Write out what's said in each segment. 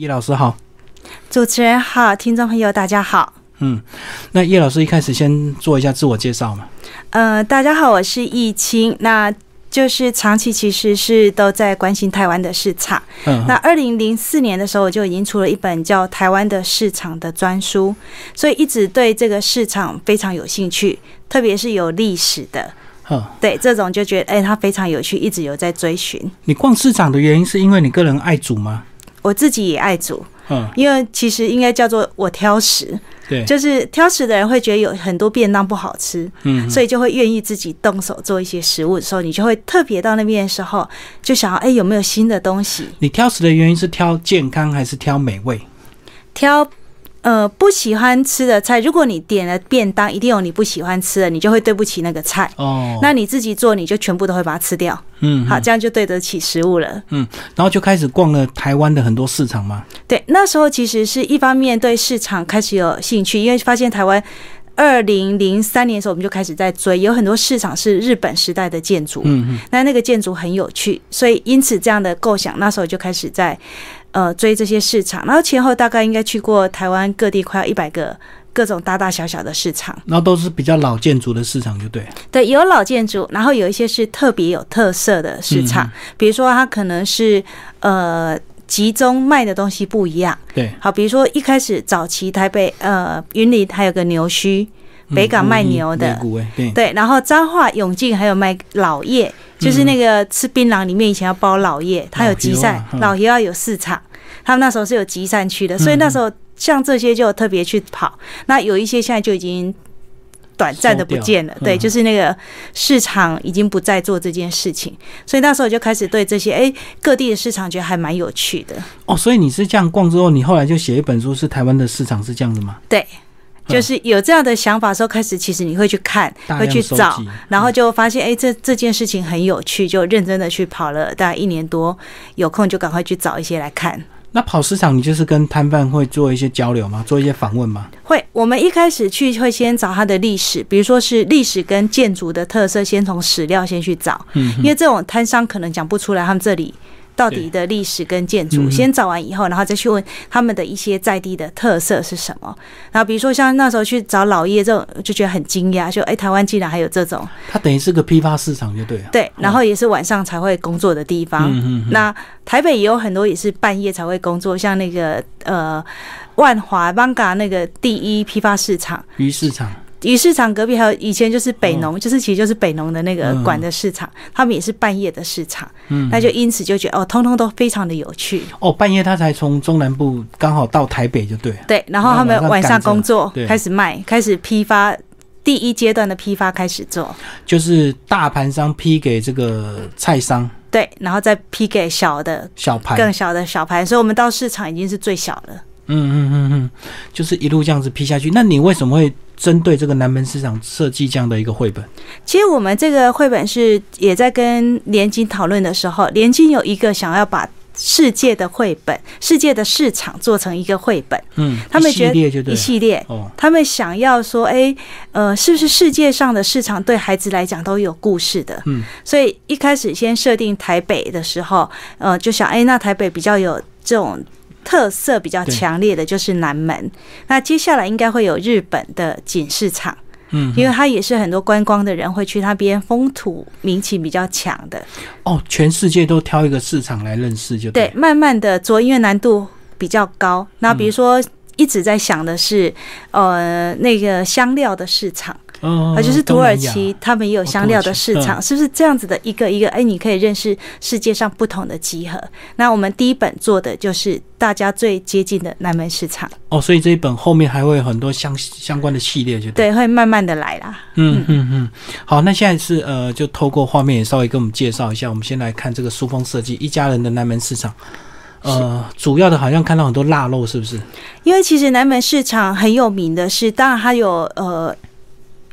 叶老师好，主持人好，听众朋友大家好。嗯，那叶老师一开始先做一下自我介绍嘛。呃，大家好，我是易清，那就是长期其实是都在关心台湾的市场。嗯，那二零零四年的时候，我就已经出了一本叫《台湾的市场》的专书，所以一直对这个市场非常有兴趣，特别是有历史的，嗯，对这种就觉得哎、它非常有趣，一直有在追寻。你逛市场的原因是因为你个人爱煮吗？我自己也爱煮，嗯，因为其实应该叫做我挑食，对，就是挑食的人会觉得有很多便当不好吃，嗯，所以就会愿意自己动手做一些食物的时候，你就会特别到那边的时候，就想要哎、有没有新的东西你挑食的原因是挑健康还是挑美味？挑。呃，不喜欢吃的菜，如果你点了便当，一定有你不喜欢吃的，你就会对不起那个菜。哦，那你自己做，你就全部都会把它吃掉。嗯，好，这样就对得起食物了。然后就开始逛了台湾的很多市场嘛。对，那时候其实是一方面对市场开始有兴趣，因为发现台湾二零零三年的时候我们就开始在追，有很多市场是日本时代的建筑，嗯那那个建筑很有趣，所以因此这样的构想，那时候就开始在呃追这些市场，然后前后大概应该去过台湾各地快要一百个。各种大大小小的市场，然后都是比较老建筑的市场，就对。对，有老建筑，然后有一些是特别有特色的市嗯场，比如说它可能是呃集中卖的东西不一样，对，好，比如说一开始早期台北呃云林还有个牛墟，嗯北港卖牛乌衣的内骨哎，对，对，然后彰化永靖还有卖老叶，就是那个吃槟榔里面以前要包老叶，它有集散老油啊嗯嗯老叶要有市场，他们那时候是有集散区的，所以那时候像这些就特别去跑，那有一些现在就已经。短暂的不见了收，掉对，嗯就是那个市场已经不再做这件事情，所以那时候就开始对这些哎、各地的市场觉得还蛮有趣的。哦，所以你是这样逛之后，你后来就写一本书，是台湾的市场是这样子吗？就是有这样的想法的时候，开始其实你会去看，大会量去收找集，然后就发现，哎、这这件事情很有趣，就认真的去跑了大概一年多，有空就赶快去找一些来看。那跑市场，你就是跟摊贩会做一些交流吗？做一些访问吗？会，我们一开始去会先找它的历史，比如说是历史跟建筑的特色，先从史料先去找，嗯因为这种摊商可能讲不出来他们这里到底的历史跟建对嗯筑，哼先找完以后，然后再去问他们的一些在地的特色是什么。然后比如说像那时候去找老叶这种，就觉得很惊讶，就哎、台湾竟然还有这种。它等于是个批发市场，就对了。对，然后也是晚上才会工作的地方。嗯那台北也有很多也是半夜才会工作，像那个呃万华 b a n g a 那个第一批发市场，鱼市场，鱼市场隔壁还有以前就是北农，就是其实就是北农的那个嗯管的市场，他们也是半夜的市场，嗯，那就因此就觉得哦，通通都非常的有趣。哦，半夜他才从中南部刚好到台北，就对了。对，然后他然们后晚上赶晚上着工作对开始卖，开始批发。第一阶段的批发开始做，就是大盘商批给这个菜商对，然后再批给小的、小盘，更小的小盘，所以我们到市场已经是最小了。嗯嗯嗯嗯，就是一路这样子批下去。那你为什么会针对这个南门市场设计这样的一个绘本？其实我们这个绘本是也在跟联经讨论的时候，联经有一个想要把世界的绘本、世界的市场做成一个绘本嗯，他们一系觉得列就对一了。系列。哦，他们想要说，哎、呃，是不是世界上的市场对孩子来讲都有故事的？嗯，所以一开始先设定台北的时候，呃，就想，哎、那台北比较有这种特色比较对强烈的就是南门，那接下来应该会有日本的锦市场。嗯，因为它也是很多观光的人会去那边，风土民情比较强的。哦，全世界都挑一个市场来认识，就对，了。慢慢的做，因为难度比较高。那比如说。一直在想的是，呃，那个香料的市场，嗯，啊，就是土东南耳亚其，他们也有香料的市哦土耳场，是不是这样子的一个一个？哎，你可以认识世界上不同的集合。那我们第一本做的就是大家最接近的南门市场，哦，所以这一本后面还会有很多相相关的系列，就对了。对，会慢慢的来啦。嗯嗯嗯，好，那现在是呃，就透过画面也稍微跟我们介绍一下。我们先来看这个书风设计，一家人的南门市场。呃，主要的好像看到很多腊肉，是不是？因为其实南门市场很有名的是，当然它有呃。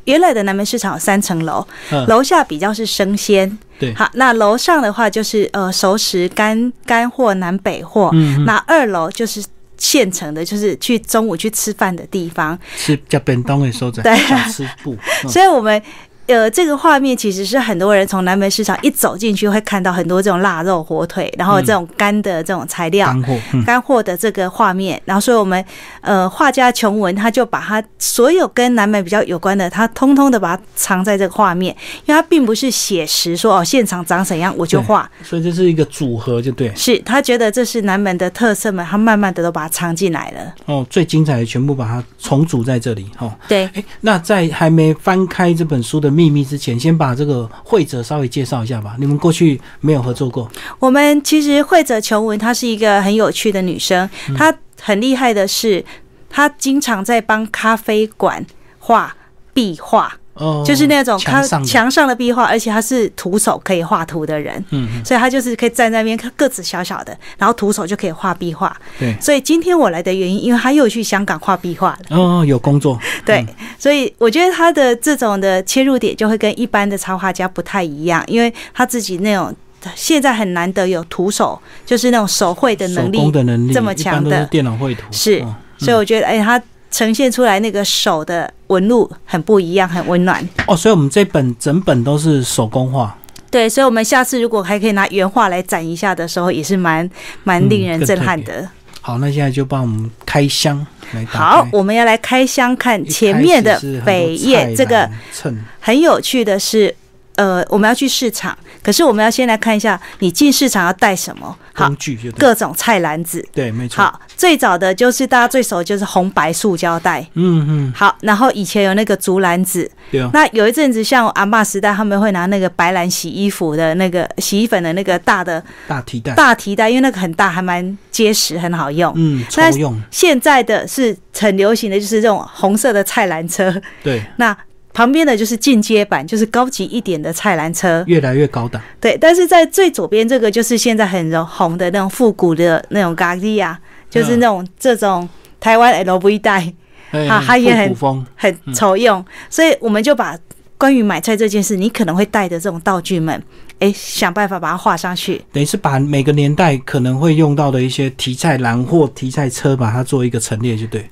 原来的南门市场有三层楼，嗯楼下比较是生鲜，对好，那楼上的话就是呃熟食干干货、南北货，嗯，那二楼就是现成的，就是去中午去吃饭的地方。是叫本东的收窄，对 小吃部。嗯所以我们呃，这个画面其实是很多人从南门市场一走进去会看到很多这种腊肉、火腿，然后嗯这种干的这种材料，干货，嗯，干货的这个画面，然后所以我们呃画家琼文他就把他所有跟南美比较有关的，他通通的把它藏在这个画面，因为他并不是写实说哦现场长怎样我就画，所以这是一个组合，就对。是他觉得这是南门的特色嘛，他慢慢的都把它藏进来了。哦，最精彩的全部把它重组在这里，哈、哦。对，哎，那在还没翻开这本书的秘密之前，先把这个会者稍微介绍一下吧。你们过去没有合作过，我们其实会者琼文她是一个很有趣的女生，嗯她很厉害的是，她经常在帮咖啡馆画壁画。哦，就是那种墙他上的墙上的壁画，而且他是徒手可以画图的人，嗯，嗯所以他就是可以站在那边，他个子小小的，然后徒手就可以画壁画。对。所以今天我来的原因，因为他又去香港画壁画了，哦，有工作，对，所以我觉得他的这种的切入点就会跟一般的插画家不太一样，因为他自己那种呃现在很难得有徒手，就是那种手绘的手能工力，的嗯能力这么一般强都的是电脑绘图，是哦所以我觉得哎，他呈现出来那个手的纹路很不一样，很温暖。哦，所以我们这本整本都是手工画，对，所以，我们下次如果还可以拿原画来展一下的时候，也是蛮蛮令嗯人震撼的。好，那现在就帮我们开箱来打好开，我们要来开箱看一前开始面的是很多北菜叶，这个篮秤很有趣的是。呃，我们要去市场，可是我们要先来看一下你进市场要带什么。好工，具就对，各种菜篮子。对，没错，好，最早的就是大家最熟就是红白塑胶袋。嗯嗯，好，然后以前有那个竹篮子，对哦，那有一阵子像我阿嬷时代，他们会拿那个白兰洗衣服的那个洗衣粉的那个大的大提袋，大提袋，因为那个很大，还蛮结实，很好用。啊嗯，抽那用，现在的是很流行的，就是这种红色的菜篮车，对，那旁边的就是进阶版，就是高级一点的菜篮车。越来越高档，对，但是在最左边这个就是现在很红的那种复古的那种咖喱啊，就是那种这种台湾 LV 袋哎好它也很复古风，很丑用，所以我们就把关于买菜这件事，你可能会带的这种道具们，哎，想办法把它画上去。等于是把每个年代可能会用到的一些题材栏或题材车，把它做一个陈列，就对，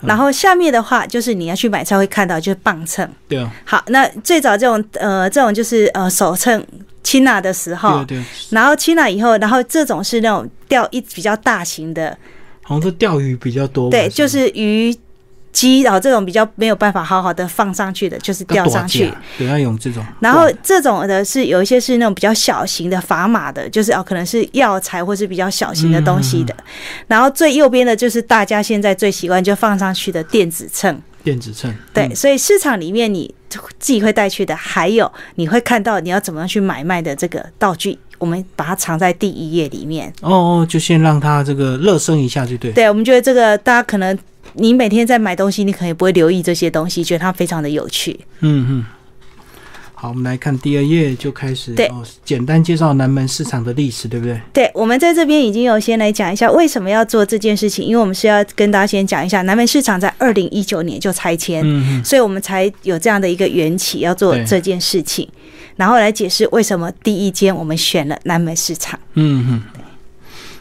然后下面的话就是你要去买菜会看到就是磅秤。对哦，好，那最早这种呃，这种就是呃手称亲拿的时对哦候，对哦，然后亲拿以后，然后这种是那种钓一比较大型的，好像是钓鱼比较多吧，对，就是是鱼鸡，然后这种比较没有办法好好的放上去的，就是要钓躲上去架。，对，要用这种，然后哇这种的是有一些是那种比较小型的砝码的，就是哦可能是药材或是比较小型的东西的。然后最右边的就是大家现在最习惯就放上去的电子秤。电子秤，对，嗯所以市场里面你自己会带去的，还有你会看到你要怎么样去买卖的这个道具，我们把它藏在第一页里面。哦哦，就先让它这个热身一下，就对，对，我们觉得这个大家可能你每天在买东西，你可能也不会留意这些东西，觉得它非常的有趣。嗯嗯。好，我们来看第二页，就开始对哦，简单介绍南门市场的历史，对不对？对，我们在这边已经有先来讲一下为什么要做这件事情，因为我们是要跟大家先讲一下，南门市场在二零一九年就拆迁，嗯嗯，所以我们才有这样的一个缘起要做对这件事情，然后来解释为什么第一间我们选了南门市场。嗯哼，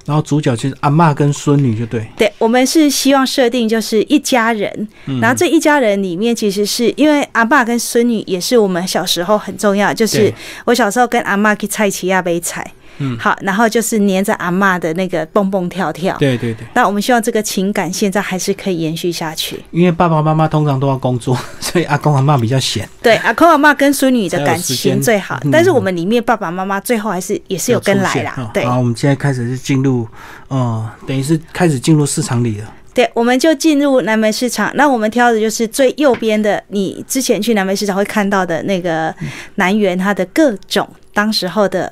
然后主角就是阿嬷跟孙女，就对，对，我们是希望设定就是一家人，嗯然后这一家人里面其实是因为阿爸跟孙女也是我们小时候很重要，就是对我小时候跟阿妈去菜奇亚杯菜，嗯好，然后就是黏着阿妈的那个蹦蹦跳跳。对对对，那我们希望这个情感现在还是可以延续下去。因为爸爸妈妈通常都要工作， 所以阿公阿嬷比较闲，对，阿公阿妈跟孙女才的有感时间情最好，嗯但是我们里面爸爸妈妈最后还是也是有跟出来现啦哦。对，好，我们现在开始是进入，呃，等于是开始进入市场里了。对，我们就进入南门市场。那我们挑的就是最右边的，你之前去南门市场会看到的那个南园，它的各种当时候的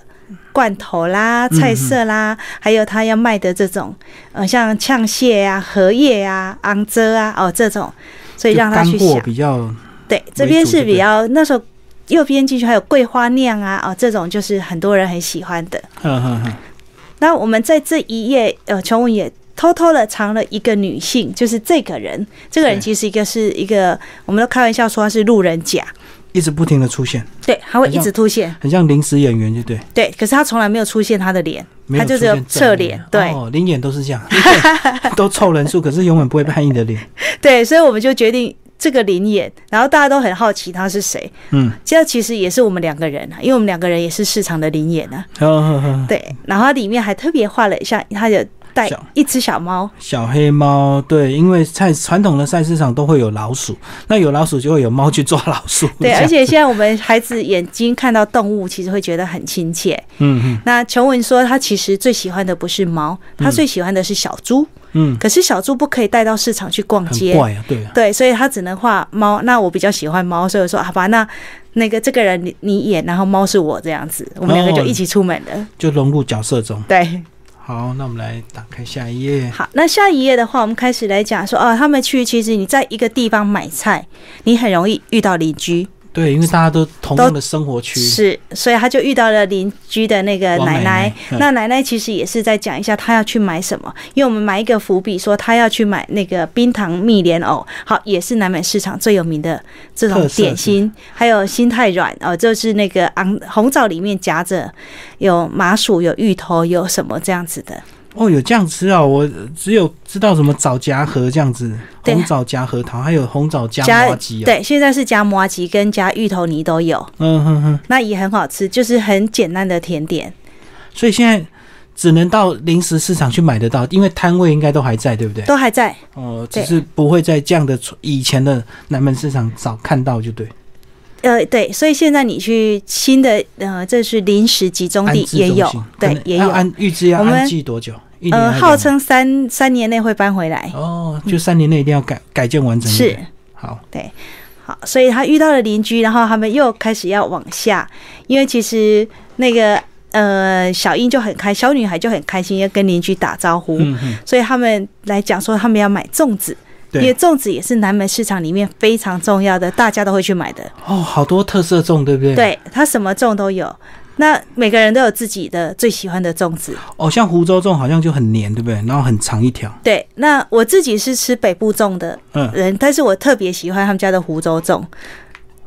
罐头啦、菜色嗯啦，还有它要卖的这种，呃，像呛蟹啊、荷叶啊、昂遮啊，哦，这种，所以就让他干去货想。比较，对，这边为主是就对比较那时候右边进去还有桂花酿啊，哦，这种就是很多人很喜欢的。呵呵呵，那我们在这一页，呃，琼文也偷偷的藏了一个女性，就是这个人。这个人对其实一个是一个，我们都开玩笑说她是路人甲，一直不停的出现，对，她会一直凸现，很像临时演员，就对，对，可是她从来没有出现她的脸，没有他就出只有现侧正脸对哦， 灵眼都是这样，一个都凑人数，可是永远不会拍你的脸，对，所以我们就决定。这个林演，然后大家都很好奇他是谁。嗯，这其实也是我们两个人啊，因为我们两个人也是市场的林演啊。嗯呵呵呵，对，然后它里面还特别画了一下，它有带小一只小猫，小黑猫，对，因为菜传统的菜市场都会有老鼠，那有老鼠就会有猫去抓老鼠。这对，样而且现在我们孩子眼睛看到动物，其实会觉得很亲切。嗯那琼文说，他其实最喜欢的不是猫，他最喜欢的是小猪。嗯可是小猪不可以带到市场去逛嗯，很街，怪啊，对啊，对，所以他只能画猫。那我比较喜欢猫，所以我说好吧，那那个这个人你你演，然后猫是我这样子，我们两个就一起出门了。就融入角色中。对，好，那我们来打开下一页。好，那下一页的话，我们开始来讲说，哦，他们去其实你在一个地方买菜，你很容易遇到邻居，对，因为大家都同样的生活区，是，所以他就遇到了邻居的那个王奶奶奶。嗯那奶奶其实也是在讲一下她要去买什么，因为我们埋一个伏笔，说她要去买那个冰糖蜜莲藕，好，也是南美市场最有名的这种特色点心，还有心太软哦，就是那个昂红枣里面夹着有麻薯、有芋头、有什么这样子的。哦，有这样吃啊！我只有知道什么枣夹核这样子，对红枣夹核桃，还有红枣夹加麻吉啊。，对，现在是夹麻吉跟夹芋头泥都有，嗯哼哼。那也很好吃，就是很简单的甜点。所以现在只能到零食市场去买得到，因为摊位应该都还在，对不对？都还在，哦，只对是不会在这样的传以前的南门市场早看到，就对。呃，对，所以现在你去新的，呃，这是临时集中安地置也中有心，可对能，也要有，安预知要我们安置多久？一年呃，还是号两称三三年内会搬回来，哦，就三年内一定要改改建完成。对不是对好，好，所以他遇到了邻居，然后他们又开始要往下，因为其实那个呃小英就很开，小女孩就很开心，要跟邻居打招呼，嗯嗯，所以他们来讲说他们要买粽子，因对。为粽子也是南门市场里面非常重要的，大家都会去买的。哦，好多特色粽，对不对？。对，它什么粽都有。那每个人都有自己的最喜欢的粽子。哦，像湖州粽好像就很黏，对不对？然后很长一条。对，那我自己是吃北部粽的嗯，人，但是我特别喜欢他们家的湖州粽，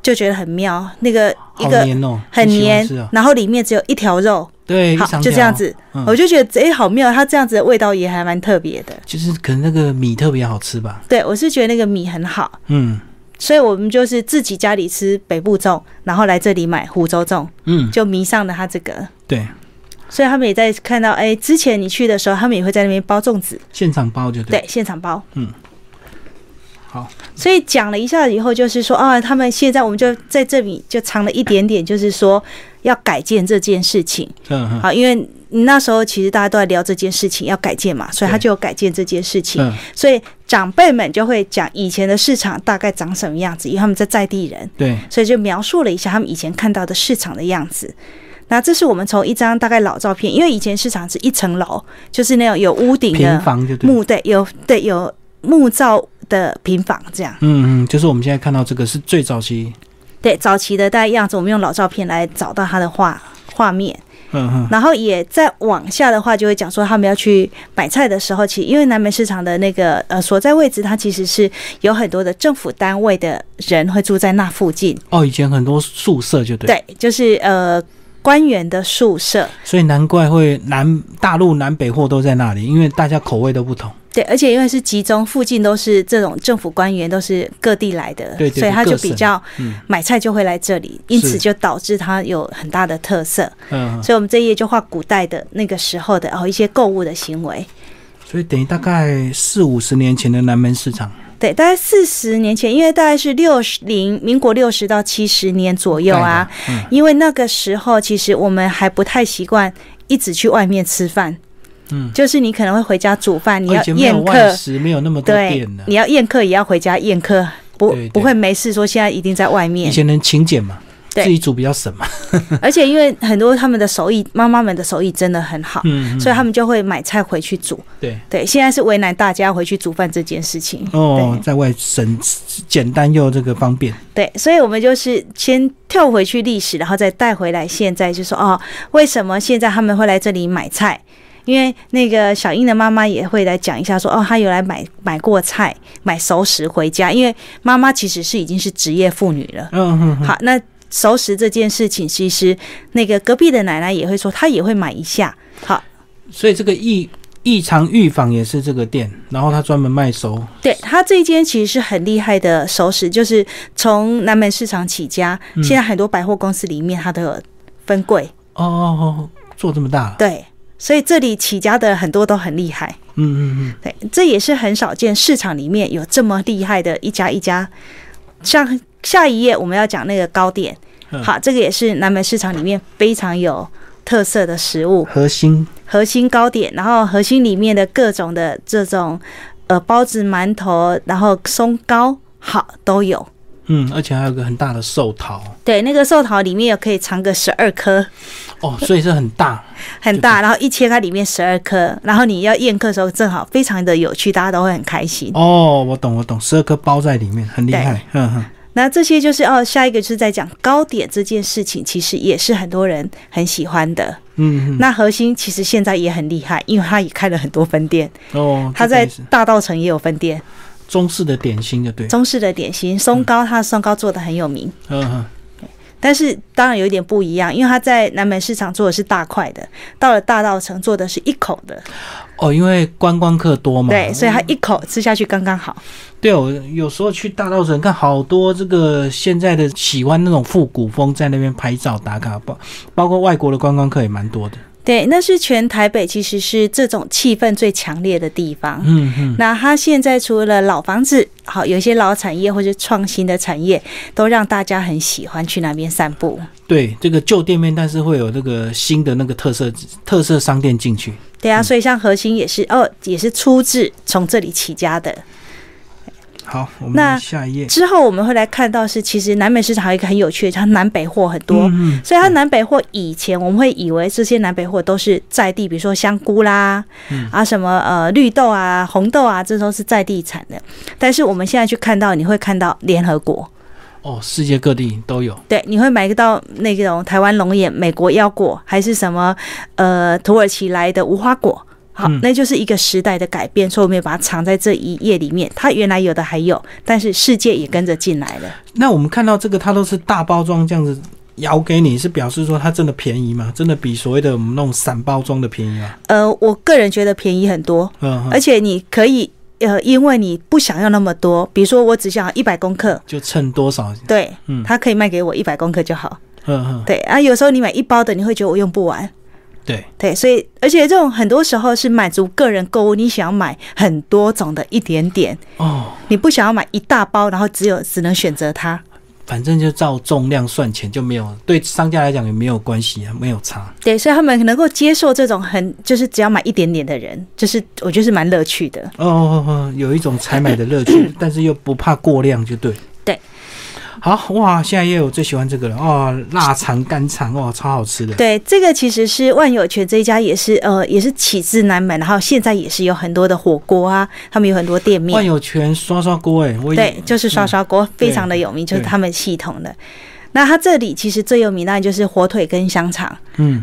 就觉得很妙。那个一好个黏哦，很你喜欢黏吃，啊。然后里面只有一条肉，对，一好，长就条这样。子，嗯我就觉得哎、好妙，它这样子的味道也还蛮特别的。就是可能那个米特别好吃吧。对我是觉得那个米很好，嗯所以我们就是自己家里吃北部粽，然后来这里买湖州粽，嗯，就迷上了它这个。对，所以他们也在看到，哎、之前你去的时候，他们也会在那边包粽子，现场包就对。对，现场包。好，所以讲了一下以后，就是说啊，他们现在我们就在这里就藏了一点点，就是说要改建这件事情嗯嗯好，因为那时候其实大家都在聊这件事情要改建嘛，所以他对就有改建这件事情。嗯，所以长辈们就会讲以前的市场大概长什么样子，因为他们在在地人，对，所以就描述了一下他们以前看到的市场的样子。那这是我们从一张大概老照片，因为以前市场是一层楼，就是那种有屋顶平的房就对。木对，有对有木造的平房这样。嗯嗯，就是我们现在看到这个是最早期。对，早期的大概样子，我们用老照片来找到他的画画面，嗯嗯，然后也再往下的话，就会讲说他们要去买菜的时候，其实因为南门市场的那个呃所在位置，它其实是有很多的政府单位的人会住在那附近，哦，以前很多宿舍就对。。对，就是呃官员的宿舍，所以难怪会南大陆南北货都在那里，因为大家口味都不同。对，而且因为是集中，附近都是这种政府官员，都是各地来的，对对对所以他就各省比较嗯买菜就会来这里，因此是就导致它有很大的特色。嗯，所以我们这一页就画古代的那个时候的哦一些购物的行为。所以等于大概四五十年前的南门市场。对，大概四十年前，因为大概是六十零民国六十到七十年左右啊，盖的。嗯因为那个时候其实我们还不太习惯一直去外面吃饭，嗯就是你可能会回家煮饭，嗯，你我以要前没有宴外客，食，没有那么多对店呢，。啊你要宴客也要回家宴客，不对对不会没事说现在一定在外以面，前能勤俭嘛，对自己煮比较省嘛。而且因为很多他们的手艺，妈妈们的手艺真的很好，嗯，嗯所以他们就会买菜回去煮。对。对，现在是为难大家回去煮饭这件事情。哦，对在外省简单又这个方便。对，所以我们就是先跳回去历史，然后再带回来现在，就说哦，为什么现在他们会来这里买菜？因为那个小英的妈妈也会来讲一下说哦，她有来买买过菜，买熟食回家。因为妈妈其实是已经是职业妇女了。嗯哼哼，好，那熟食这件事情，其实那个隔壁的奶奶也会说，她也会买一下。好，所以这个意异常预防也是这个店，然后他专门卖熟，对他这一间其实是很厉害的熟食，就是从南门市场起家，现在很多百货公司里面它都有分柜，哦哦哦，做这么大了，对，所以这里起家的很多都很厉害，嗯嗯对，这也是很少见市场里面有这么厉害的一家一家。像下一页我们要讲那个糕点，嗯好，这个也是南门市场里面非常有特色的食物嗯，，核心，核心糕点，然后核心里面的各种的这种呃包子、馒头，然后松糕，好都有。嗯，而且还有个很大的寿桃，对，那个寿桃里面有可以藏个十二颗，哦，所以是很 大，很大，然后一切开里面十二颗，然后你要宴客的时候正好，非常的有趣，大家都会很开心。哦，我懂我懂，十二颗包在里面，很厉害，嗯哼，那这些就是哦，下一个就是在讲糕点这件事情，其实也是很多人很喜欢的。嗯那核心其实现在也很厉害，因为它也开了很多分店，嗯，哦，它这个在也是大道城也有分店。中式的点心就对，中式的点心松糕，它的松糕做的很有名，嗯哼，但是当然有一点不一样，因为它在南门市场做的是大块的，到了大道城做的是一口的，哦，因为观光客多嘛，对，所以它一口吃下去刚刚好。对，我有时候去大稻城看好多这个现在的喜欢那种复古风，在那边拍照打卡，包包括外国的观光客也蛮多的。对，那是全台北其实是这种气氛最强烈的地方。嗯嗯，那它现在除了老房子，好有一些老产业或是创新的产业，都让大家很喜欢去那边散步。对，这个旧店面，但是会有那个新的那个特色特色商店进去。对啊，所以像核心也是哦，也是出自从这里起家的。好，我那们下一页。之后我们会来看到是，其实南美市场还有一个很有趣的，它南北货很多。嗯嗯所以它南北货以前我们会以为这些南北货都是在地，比如说香菇啦，啊什么呃绿豆啊、红豆啊，这都是在地产的。但是我们现在去看到，你会看到联合国，哦，世界各地都有。对，你会买到那种台湾龙眼、美国腰果，还是什么呃土耳其来的无花果。好嗯，那就是一个时代的改变，所以我们也把它藏在这一页里面。它原来有的还有，但是世界也跟着进来了。那我们看到这个，它都是大包装这样子摇给你，是表示说它真的便宜吗？真的比所谓的我们那种散包装的便宜吗？呃，我个人觉得便宜很多，嗯，而嗯且你可以呃，因为你不想要那么多，比如说我只想要一百公克，就称多少？对嗯，它可以卖给我一百公克就好。嗯嗯，对啊，有时候你买一包的，你会觉得我用不完。对，对，所以而且这种很多时候是满足个人购物，你想要买很多种的一点点，哦。你不想要买一大包，然后只有只能选择它。反正就照重量算钱，就没有对商家来讲也没有关系啊，没有差。对，所以他们能够接受这种很就是只要买一点点的人，就是我觉得是蛮乐趣的。哦哦，哦有一种采买的乐 趣，但是又不怕过量，就对。对。好哇，下一页我最喜欢这个了哦，腊肠干肠哇，超好吃的。对，这个其实是万有泉这一家也是呃也是起自南门，然后现在也是有很多的火锅啊，他们有很多店万嗯面。有泉刷刷锅哎、我对，也就是刷刷锅，非常的有名，就是他们系统的。那它这里其实最有名当然就是火腿跟香肠。嗯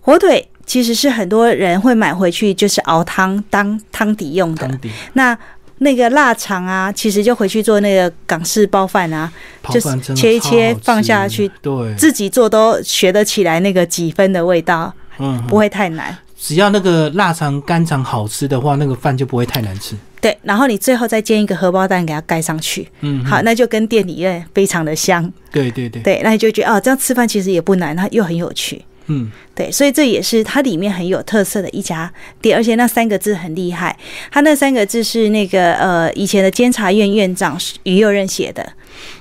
火腿其实是很多人会买回去就是熬汤当汤底用的。汤底那那个腊肠啊，其实就回去做那个港式包饭啊，泡就是饭真的切一超切好吃放下去，对，自己做都学得起来那个几分的味道，嗯，不会太难。只要那个腊肠干肠好吃的话，那个饭就不会太难吃。对，然后你最后再煎一个荷包蛋给它盖上去，嗯，好，那就跟店里面非常的香。对对对，对，那你就觉得哦，这样吃饭其实也不难，它又很有趣。嗯，对，所以这也是它里面很有特色的一家店，而且那三个字很厉害。它那三个字是那个呃以前的监察院院长于右任写的。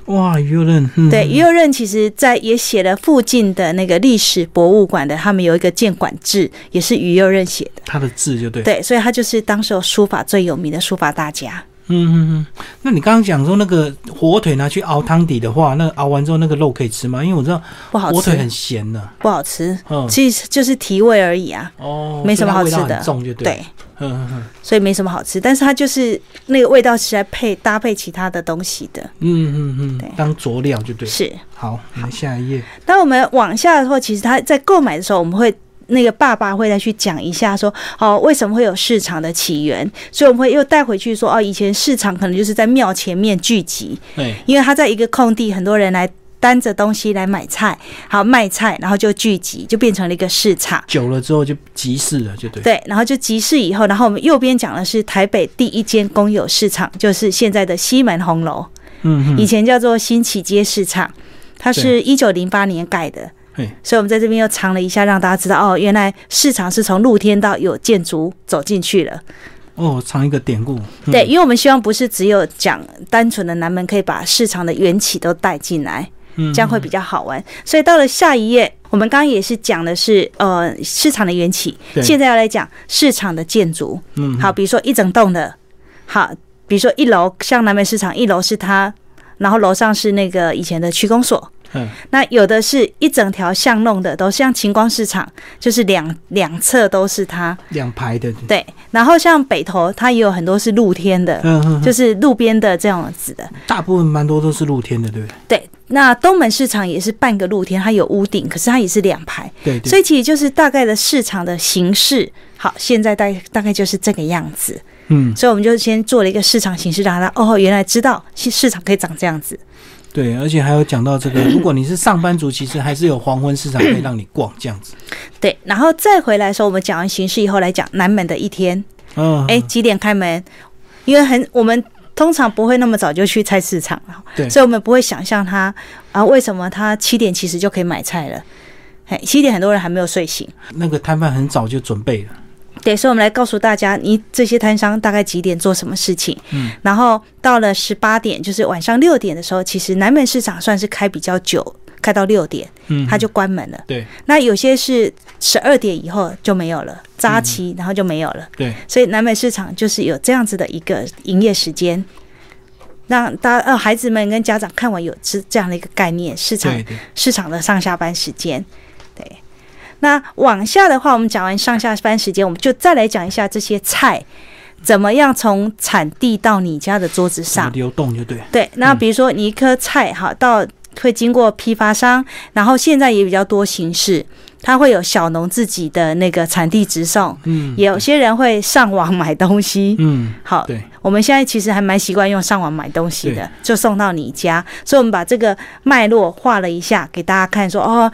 哇，鱼肉嫩，嗯对，于右任其实在也写了附近的那个历史博物馆的，他们有一个建馆志，也是于右任写的。它的字就对，对，所以他就是当时有书法最有名的书法大家。嗯嗯嗯，那你刚刚讲说那个火腿拿去熬汤底的话，那个熬完之后那个肉可以吃吗？因为我知道不好火腿吃很，咸的、不好吃，嗯，其实就是提味而已啊。哦，没什么好所以它吃味道的很重就对，对，嗯嗯嗯所以没什么好吃，但是它就是那个味道是来配搭配其他的东西的，嗯嗯对嗯，当佐料就对。是。好，我们下一页，那我们往下的话，其实他在购买的时候，我们会那个爸爸会再去讲一下说，哦，为什么会有市场的起源？所以我们会又带回去说，哦，以前市场可能就是在庙前面聚集，对，因为他在一个空地，很多人来。担着东西来买菜，好卖菜，然后就聚集，就变成了一个市场。久了之后就集市了，就对。对，然后就集市以后，然后我们右边讲的是台北第一间公有市场，就是现在的西门红楼，嗯以嗯，前叫做新起街市场，它是一九零八年盖的嘿。所以，我们在这边又藏了一下，让大家知道哦，原来市场是从露天到有建筑走进去了。哦，藏一个典故。嗯对，，因为我们希望不是只有讲单纯的南门，可以把市场的缘起都带进来，嗯这样会比较好玩。所以到了下一页，我们刚刚也是讲的是呃市场的缘起，对现在要来讲市场的建筑。嗯，好，比如说一整栋的，好，比如说一楼像南门市场，一楼是它，然后楼上是那个以前的区公所。嗯那有的是一整条巷弄的，都像晴光市场，就是两两侧都是它。两排的，对，然后像北投，它也有很多是露天的，嗯嗯，就就是路边的这样子的。大部分蛮多都是露天的，对不对？对，那东门市场也是半个露天，它有屋顶，可是它也是两排，对对。所以其实就是大概的市场的形式。好，现在大大概就是这个样子，嗯，所以我们就先做了一个市场形式，让大家哦，原来知道市市场可以长这样子。对，而且还有讲到这个，如果你是上班族，其实还是有黄昏市场可以让你逛这样子。对，然后再回来的时候，我们讲完形式以后，来讲南门的一天，嗯，哎，几点开门？因为很我们通常不会那么早就去菜市场了，对所以我们不会想象他啊，为什么他七点其实就可以买菜了？哎，七点很多人还没有睡醒，那个摊贩很早就准备了。对，所以我们来告诉大家，你这些摊商大概几点做什么事情。嗯，然后到了十八点，就是晚上六点的时候，其实南门市场算是开比较久，开到六点，嗯，它就关门了。对那有些是十二点以后就没有了，扎嗯旗然后就没有了。对，所以南美市场就是有这样子的一个营业时间，让大呃孩子们跟家长看完有这这样的一个概念，市场对对，市场的上下班时间。对，那往下的话，我们讲完上下班时间，我们就再来讲一下这些菜怎么样从产地到你家的桌子上。流动就对。对，那嗯比如说你一颗菜哈，到会经过批发商，然后现在也比较多形式，它会有小农自己的那个产地直送，嗯，有哦些人会上网买东西。嗯，好，对，我们现在其实还蛮习惯用上网买东西的，就送到你家，所以我们把这个脉络画了一下给大家看说哦。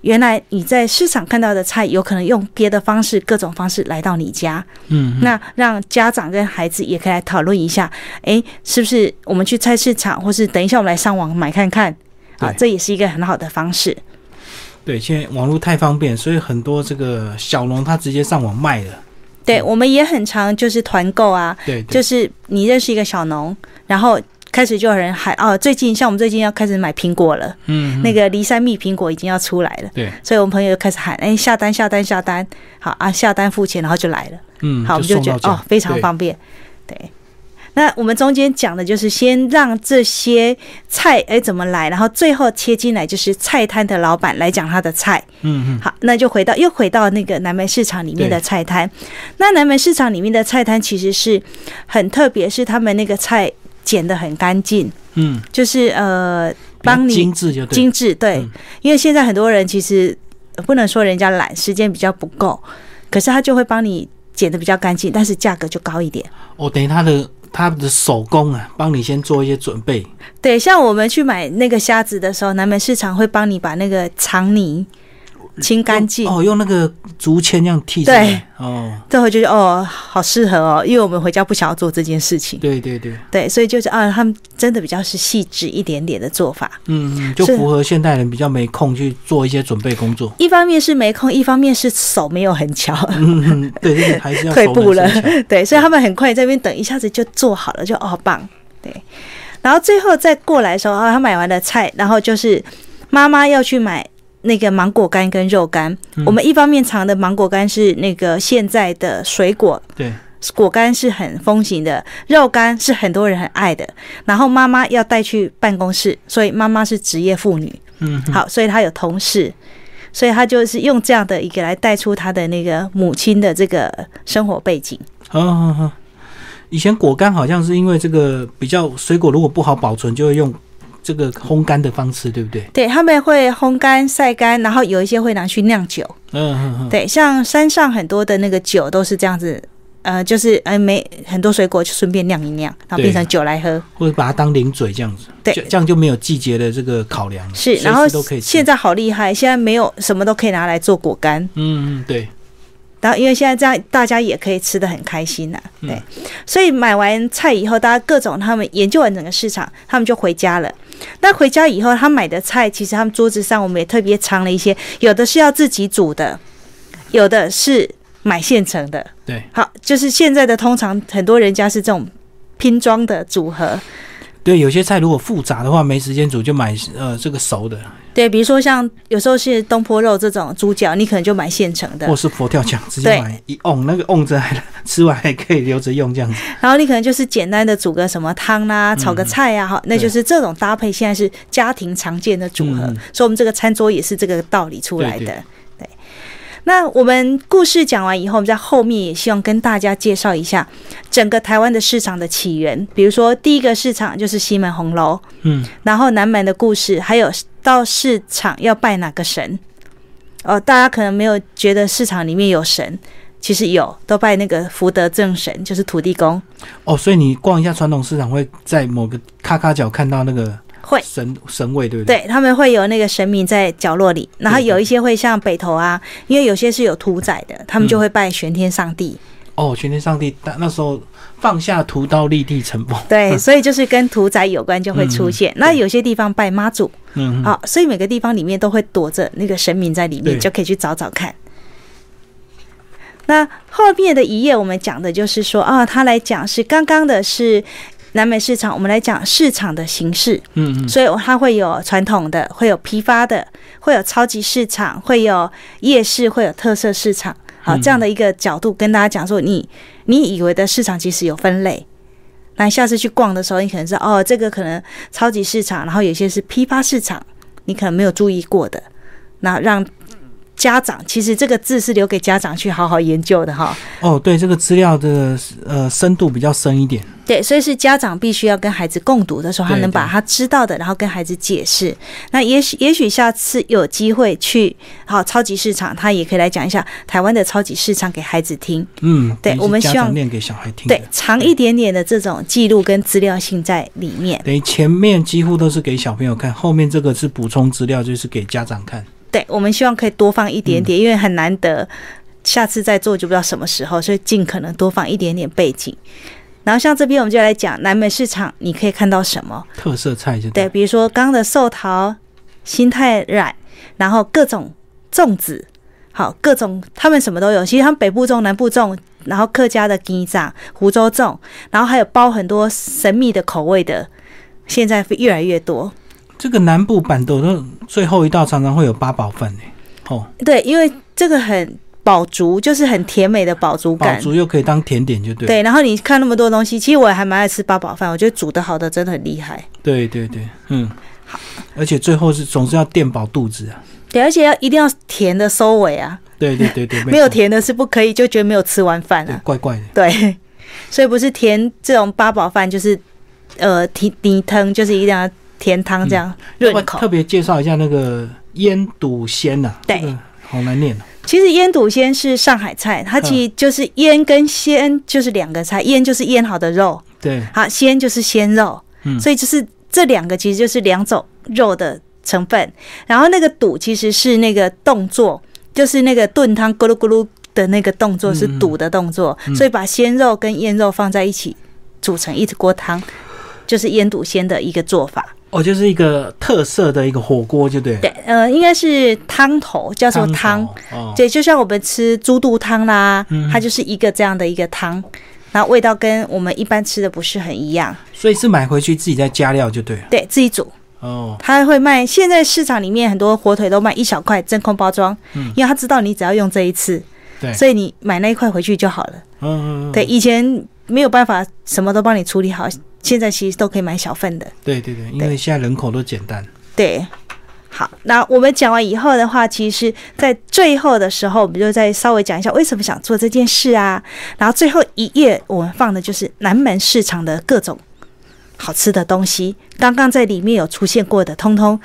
原来你在市场看到的菜，有可能用别的方式、各种方式来到你家，嗯，那让家长跟孩子也可以来讨论一下，诶，是不是我们去菜市场，或是等一下我们来上网买看看啊？对这也是一个很好的方式。对，现在网络太方便，所以很多这个小农他直接上网卖了。对，我们也很常就是团购啊，嗯对，对就是你认识一个小农，然后开始就有人喊哦，最近像我们最近要开始买苹果了，嗯，嗯那个骊山蜜苹果已经要出来了，对，所以我们朋友就开始喊，哎，下单下单下单，好啊，下单付钱，然后就来了。嗯，好，我们就送觉到得哦家，非常。方便。对，那我们中间讲的就是先让这些菜哎怎么来，然后最后切进来就是菜摊的老板来讲他的菜。对嗯嗯，好，那就回到又回到那个南门市场里面的对菜摊。那南门市场里面的菜摊其实是很特别，是他们那个菜捡的很干净，嗯，就是呃比较帮你精致就对。精致，对，嗯因为现在很多人其实呃不能说人家懒，时间比较不够，可是他就会帮你剪的比较干净，但是价格就高一点。哦，等于他的他的手工啊，帮你先做一些准备。对，像我们去买那个虾子的时候，南门市场会帮你把那个肠泥清干净，哦，用那个竹签这样剃出对来。哦，最后就觉得哦，好适合哦，因为我们回家不想要做这件事情，对对对，对，所以就是啊，他们真的比较是细致一点点的做法。嗯，嗯就符合现代人比较没空去做一些准备工作。一方面是没空，一方面是手没有很巧，嗯，对对，还是要 退熟步能了生巧。对，所以他们很快在那边等，一下子就做好了，就哦好棒，对。然后最后再过来的时候，啊，他买完了菜，然后就是妈妈要去买那个芒果干跟肉干。嗯我们一方面尝的芒果干是那个现在的水果。对，果干是很风行的，肉干是很多人很爱的。然后妈妈要带去办公室，所以妈妈是职业妇女，嗯，好，所以她有同事，所以她就是用这样的一个来带出她的那个母亲的这个生活背景。好好好。以前果干好像是因为这个比较水果如果不好保存，就会用这个烘干的方式，对不对？对，他们会烘干、晒干，然后有一些会拿去酿酒。嗯嗯嗯。对，像山上很多的那个酒都是这样子呃，就是呃没很多水果就顺便酿一酿，然后变成酒来喝。或者把它当零嘴这样子，对就这样就没有季节的这个考量了，是，随然后时都可以吃。现在好厉害，现在没有什么都可以拿来做果干。嗯嗯对，然后因为现在这样，大家也可以吃的很开心呐、啊嗯对，所以买完菜以后，大家各种他们研究完整个市场，他们就回家了。那回家以后，他买的菜，其实他们桌子上我们也特别藏了一些，有的是要自己煮的，有的是买现成的。对，好，就是现在的通常很多人家是这种拼装的组合。对，有些菜如果复杂的话，没时间煮，就买呃这个熟的，对，比如说像有时候是东坡肉这种猪脚，你可能就买现成的或，是佛跳墙，直接对买一瓮，那个瓮着还吃完还可以留着用这样子。然后你可能就是简单的煮个什么汤啦、炒个菜啊，哈、那就是这种搭配现在是家庭常见的组合，嗯嗯所以我们这个餐桌也是这个道理出来对的。对对那我们故事讲完以后，我们在后面也希望跟大家介绍一下整个台湾的市场的起源。比如说，第一个市场就是西门红楼，嗯，然后南蛮的故事，还有到市场要拜哪个神。哦，大家可能没有觉得市场里面有神，其实有，都拜那个福德正神，就是土地公。哦，所以你逛一下传统市场，会在某个咔咔角看到那个会神神位，对不对？对，他们会有那个神明在角落里，然后有一些会像北投啊，嗯因为有些是有屠宰的，他们就会拜玄天上帝。哦，全天上帝，那那时候放下屠刀立地成佛。对，所以就是跟屠宰有关就会出现。那对有些地方拜妈祖，嗯，好、所以每个地方里面都会躲着那个神明在里面，对就可以去找找看。那后面的一页我们讲的就是说啊，他来讲是刚刚的是南美市场，我们来讲市场的形式。嗯嗯，所以它会有传统的，会有批发的，会有超级市场，会有夜市，会有特色市场。好，嗯这样的一个角度跟大家讲说，你你以为的市场其实有分类。那下次去逛的时候，你可能知道哦，这个可能超级市场，然后有些是批发市场，你可能没有注意过的。那让家长，其实这个字是留给家长去好好研究的哈。哦，对，这个资料的呃深度比较深一点。对，所以是家长必须要跟孩子共读的时候，他对能把对他知道的，然后跟孩子解释。那也许也许下次有机会去好超级市场，他也可以来讲一下台湾的超级市场给孩子听。嗯，对等于是我们家希望长念给小孩听的。对，长一点点的这种记录跟资料性在里面。等于前面几乎都是给小朋友看，后面这个是补充资料，就是给家长看。对，我们希望可以多放一点点，因为很难得，下次再做就不知道什么时候，所以尽可能多放一点点背景。然后像这边我们就来讲南门市场，你可以看到什么？特色菜就对，比如说刚刚的寿桃、新泰染，然后各种粽子，好，各种他们什么都有。其实他们北部粽、南部粽，然后客家的鸡掌、湖州粽，然后还有包很多神秘的口味的，现在越来越多。这个南部板豆的最后一道常常会有八宝饭诶、哦，对，因为这个很饱足，就是很甜美的饱足饱感。足又可以当甜点，就对。对，然后你看那么多东西，其实我还蛮爱吃八宝饭，我觉得煮的好的真的很厉害。对对对，嗯。而且最后是总是要垫饱肚子啊。对，而且要一定要甜的收尾啊，对对对对，没有错，甜的是不可以，就觉得没有吃完饭啊对。怪怪的。对，所以不是甜这种八宝饭，就是呃甜泥汤，就是一定要甜汤这样润要不口。特别介绍一下那个腌笃鲜呐、对这个好难念、啊。其实腌笃鲜是上海菜，它其实就是腌跟鲜就是两个菜，腌就是腌好的肉，对，好鲜就是鲜肉，嗯所以就是这两个其实就是两种肉的成分。然后那个笃其实是那个动作，就是那个炖汤咕噜咕噜的那个动作是嗯嗯笃的动作，嗯所以把鲜肉跟腌肉放在一起煮成一锅汤，就是腌笃鲜的一个做法。哦，就是一个特色的一个火锅，就对了。对，呃，应该是汤头叫做汤，头哦，对，就像我们吃猪肚汤啦，嗯它就是一个这样的一个汤，然后味道跟我们一般吃的不是很一样。所以是买回去自己再加料就对了。对自己煮，哦，他会卖，现在市场里面很多火腿都卖一小块真空包装，嗯因为他知道你只要用这一次，对，所以你买那一块回去就好了。嗯，嗯嗯对，以前没有办法什么都帮你处理好，现在其实都可以买小份的。对对对，因为现在人口都简单。对，好，那我们讲完以后的话，其实在最后的时候，我们就再稍微讲一下为什么想做这件事啊。然后最后一页我们放的就是南门市场的各种好吃的东西，刚刚在里面有出现过的，通通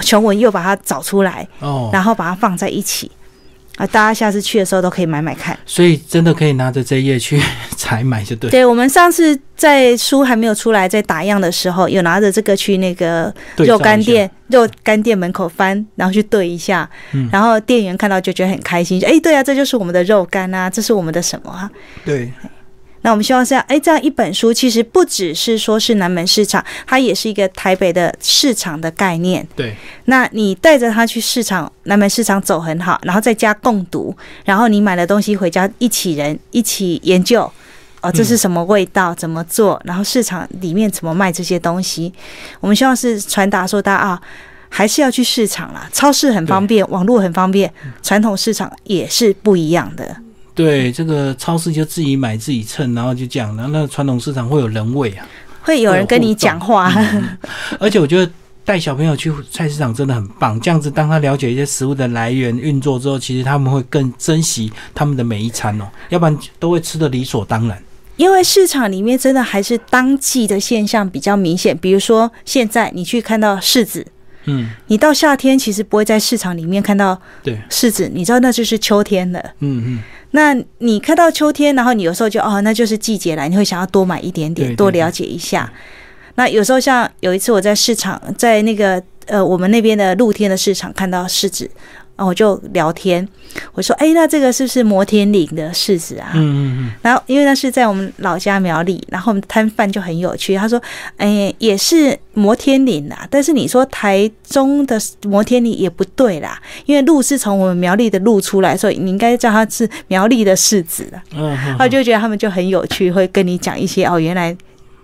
琼文又把它找出来，哦，然后把它放在一起。啊，大家下次去的时候都可以买买看。所以真的可以拿着这一页去 采买，就对。对我们上次在书还没有出来，在打样的时候，有拿着这个去那个对肉照干一下店肉干店门口翻，然后去对一下，嗯然后店员看到就觉得很开心，就哎，对啊，这就是我们的肉干啊，这是我们的什么啊？对，那我们希望这样，哎，这样一本书其实不只是说是南门市场，它也是一个台北的市场的概念。对，那你带着它去市场南门市场走很好，然后在家共读，然后你买了东西回家一起人一起研究。哦，这是什么味道？怎么做？然后市场里面怎么卖这些东西？我们希望是传达说大家啊，还是要去市场啦。超市很方便，网络很方便，传统市场也是不一样的。对，这个超市就自己买自己称，然后就这样，然后那传统市场会有人味啊。会有人跟你讲话， 而且我觉得带小朋友去菜市场真的很棒，这样子当他了解一些食物的来源、运作之后，其实他们会更珍惜他们的每一餐哦，要不然都会吃的理所当然。因为市场里面真的还是当季的现象比较明显。比如说现在你去看到柿子，嗯，你到夏天其实不会在市场里面看到对，柿子，你知道那就是秋天了。嗯嗯，那你看到秋天，然后你有时候就哦，那就是季节来，你会想要多买一点对点，对多了解一下。那有时候像有一次我在市场，在那个呃我们那边的露天的市场看到柿子，啊，我就聊天，我说哎，那这个是不是摩天岭的柿子啊？嗯嗯然后因为那是在我们老家苗栗，然后我们摊贩就很有趣，他说：“哎，也是摩天岭啦，但是你说台中的摩天岭也不对啦，因为路是从我们苗栗的路出来，所以你应该叫它是苗栗的柿子啦。嗯嗯，他就觉得他们就很有趣，会跟你讲一些哦，原来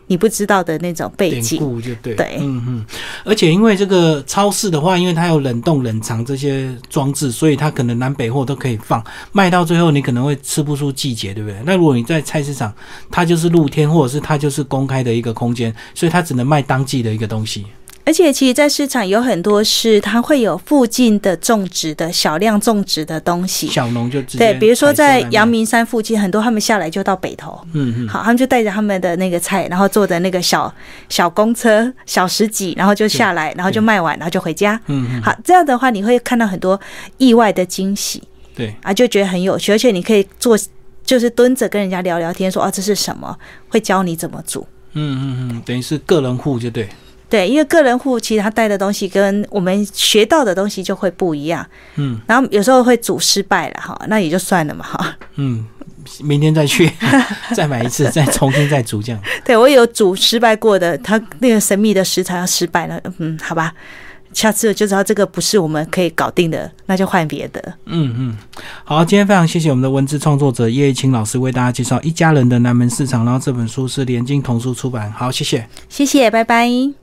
你不知道的那种背典景。故就对，对嗯嗯，而且因为这个超市的话，因为它有冷冻、冷藏这些装置，所以它可能南北货都可以放，卖到最后你可能会吃不出季节，对不对？那如果你在菜市场，它就是露天，或者是它就是公开的一个空间，所以它只能卖当季的一个东西。而且其实，在市场有很多是它会有附近的种植的小量种植的东西。”小农就直接对，比如说在采收来卖阳，明山附近，很多他们下来就到北投，嗯嗯，好，他们就带着他们的那个菜，然后坐的那个小小公车小十几，然后就下来，然后就卖完，然后就回家。嗯嗯，好，这样的话你会看到很多意外的惊喜对，啊，就觉得很有趣，而且你可以做就是蹲着跟人家聊聊天，说哦这是什么，会教你怎么煮。嗯嗯嗯，等于是个人户就对，对，因为个人户其实他带的东西跟我们学到的东西就会不一样，嗯然后有时候会煮失败了哈，那也就算了嘛哈。嗯，明天再去再买一次，再重新再煮这样，对我有煮失败过的，他那个神秘的食材要失败了，嗯，好吧，下次我就知道这个不是我们可以搞定的，那就换别的。嗯嗯，好，今天非常谢谢我们的文字创作者叶一清老师为大家介绍《一家人的南门市场》，然后这本书是联经童书出版，好，谢谢。谢谢，拜拜。